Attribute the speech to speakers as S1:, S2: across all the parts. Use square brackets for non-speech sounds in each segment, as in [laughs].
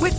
S1: With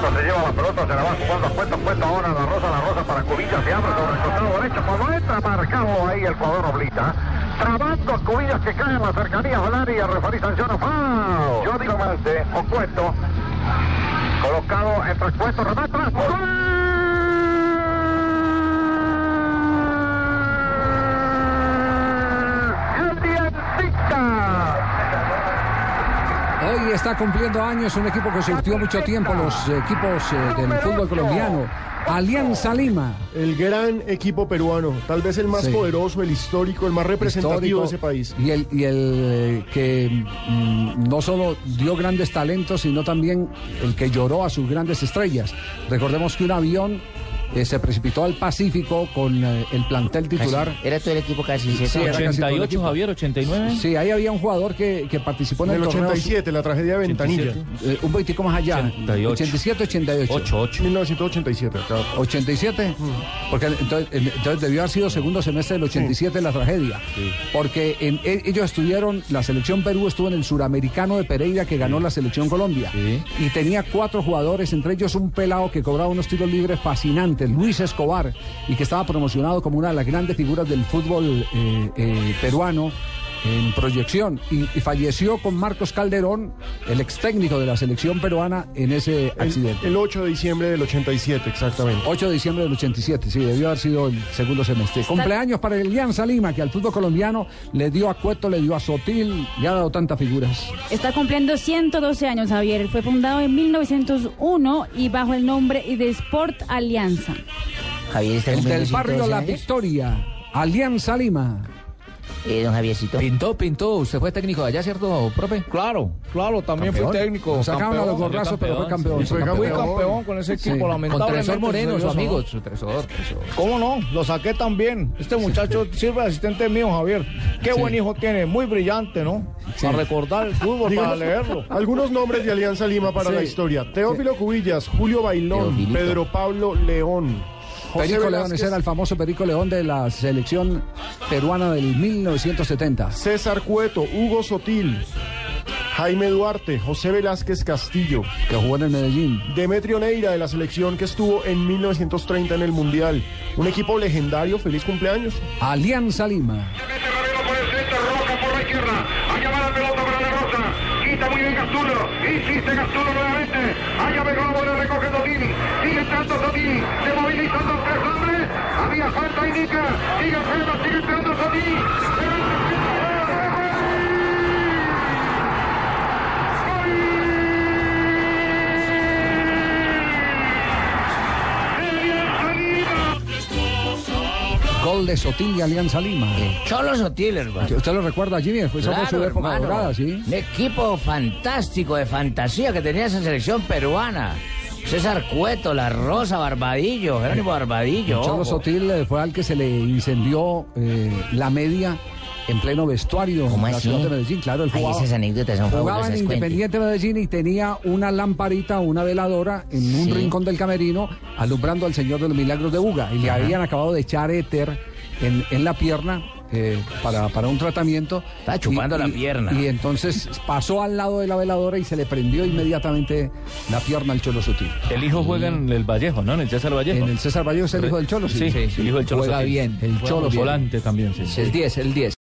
S2: Cuando lleva la pelota, se la va jugando, cuenta, cuenta ahora la rosa, la rosa para Cubillas, se abre sobre el costado derecho, cuando entra marcado ahí el jugador Oblita, trabando a Cubillas que cae en la cercanía del área, referí sanciona, foul. Yo digo Mante, o Cueto, colocado entre Cueto, remata, gol. ¡Dientita!
S3: Hoy está cumpliendo años un equipo que surtió mucho tiempo los equipos eh, del fútbol colombiano. Alianza Lima.
S4: El gran equipo peruano, tal vez el más
S3: Sí.
S4: poderoso, el histórico, el más representativo
S3: histórico,
S4: de ese país.
S3: Y el, y el que mm, no solo dio grandes talentos, sino también el que lloró a sus grandes estrellas. Recordemos que un avión eh, se precipitó al Pacífico con eh, el plantel titular.
S5: Era todo el equipo casi. ¿cierto?
S3: Sí, era casi todo el
S6: 88,
S3: equipo.
S6: Javier, 89.
S3: Sí, ahí había un jugador que, que participó en
S4: En
S3: el,
S4: el
S3: torneo.
S4: 87, la tragedia de Ventanilla.
S6: 87.
S3: eh, un poquitico más allá.
S6: 88.
S3: 87, 88.
S6: 88.
S4: 1987, acá.
S3: 87, porque entonces, entonces debió haber sido segundo semestre del 87 la tragedia, porque en- e- ellos estuvieron, la selección Perú estuvo en el suramericano de Pereira que ganó la selección Colombia
S6: Sí.
S3: y tenía cuatro jugadores, entre ellos un pelado que cobraba unos tiros libres fascinantes, Luis Escobar, y que estaba promocionado como una de las grandes figuras del fútbol eh, eh, peruano en proyección y, y falleció con Marcos Calderón, el ex técnico de la selección peruana, en ese
S4: El,
S3: accidente.
S4: el 8 de diciembre del 87, exactamente.
S3: 8 de diciembre del 87, sí, debió haber sido el segundo semestre. Cumpleaños para el Alianza Lima, que al fútbol colombiano le dio a Cueto, le dio a Sotil, y ha dado tantas figuras.
S7: Está cumpliendo 112 años, Javier. Fue fundado en 1901 y bajo el nombre de Sport Alianza.
S5: Javier está
S3: El
S5: cumpliendo
S3: del barrio
S5: 112
S3: La
S5: años.
S3: Victoria, Alianza Lima.
S5: Eh, don Javiercito.
S6: Pintó, pintó. Usted fue técnico de allá, ¿cierto, profe?
S8: Claro, claro, también fui técnico.
S3: Lo sacaban a los
S8: campeón.
S3: gorrazos, pero fue
S6: campeón, sí,
S3: campeón. Fue
S4: campeón.
S8: Fui
S3: campeón.
S8: campeón con ese
S3: Sí.
S8: equipo,
S6: Con
S8: lamentablemente.
S6: Tresor Moreno,
S8: se
S6: su
S8: dio,
S6: amigo.
S8: ¿no?
S6: Su tresor, tresor.
S8: ¿Cómo no? Lo saqué también. Este muchacho sirve de asistente mío, Javier. Qué buen hijo tiene, muy brillante, ¿no? Para recordar el fútbol, para
S4: Díganos
S8: leerlo.
S4: [laughs] Algunos nombres de Alianza Lima para
S3: Sí.
S4: la historia. Teófilo Cubillas, Julio Bailón,
S5: Teofilito.
S4: Pedro Pablo León. José
S3: Perico León,
S4: Velázquez,
S3: ese era el famoso Perico León de la selección peruana del 1970.
S4: César Cueto, Hugo Sotil, Jaime Duarte, José Velázquez Castillo,
S3: que jugó en el Medellín.
S4: Demetrio Neira de la selección que estuvo en 1930 en el Mundial. Un equipo legendario, feliz cumpleaños.
S3: Alianza Lima.
S2: Mete Ravelo por el centro, Roca por la izquierda. Allá va la pelota para la Rosa. Quita muy bien Gastulo. Insiste Gastulo nuevamente. Allá ve Globo, le recoge Totín. Sigue entrando Totín. Se movilizan dos, tres hombres. Había falta indica. Sigue Alfredo, sigue entrando Totín.
S3: Gol de Sotil y Alianza Lima.
S5: Cholo Sotil, hermano.
S3: Que Usted lo recuerda, Jimmy, fue esa fue
S5: Claro,
S3: su época
S5: hermano.
S3: dorada, ¿sí?
S5: Un equipo fantástico de fantasía que tenía esa selección peruana. César Cueto, La Rosa, Barbadillo, Jerónimo Barbadillo.
S3: Cholo
S5: ojo.
S3: Sotil eh, fue al que se le incendió eh, la media en pleno vestuario
S5: ¿Cómo
S3: en la
S5: así?
S3: ciudad de Medellín. Claro, él
S5: Ay,
S3: jugaba,
S5: esas anécdotas son
S3: jugaba en
S5: fabulosas, cuente.
S3: Independiente Medellín y tenía una lamparita, una veladora en un
S5: Sí.
S3: rincón del camerino alumbrando al Señor de los Milagros de Buga. Y le habían acabado de echar éter en, en la pierna. eh, para, para un tratamiento.
S5: Estaba chupando
S3: Y-
S5: la
S3: y-
S5: pierna.
S3: Y entonces pasó al lado de la veladora y se le prendió inmediatamente la pierna al Cholo Sotil.
S6: El hijo juega en el Vallejo, ¿no? En el César Vallejo.
S3: En el César Vallejo es el hijo del Cholo, sí.
S6: Sí, el hijo del Cholo.
S3: Juega
S6: Sotil.
S3: bien, el
S6: Juega
S3: Cholo
S6: como
S3: bien.
S6: volante también, sí.
S3: El 10, el 10.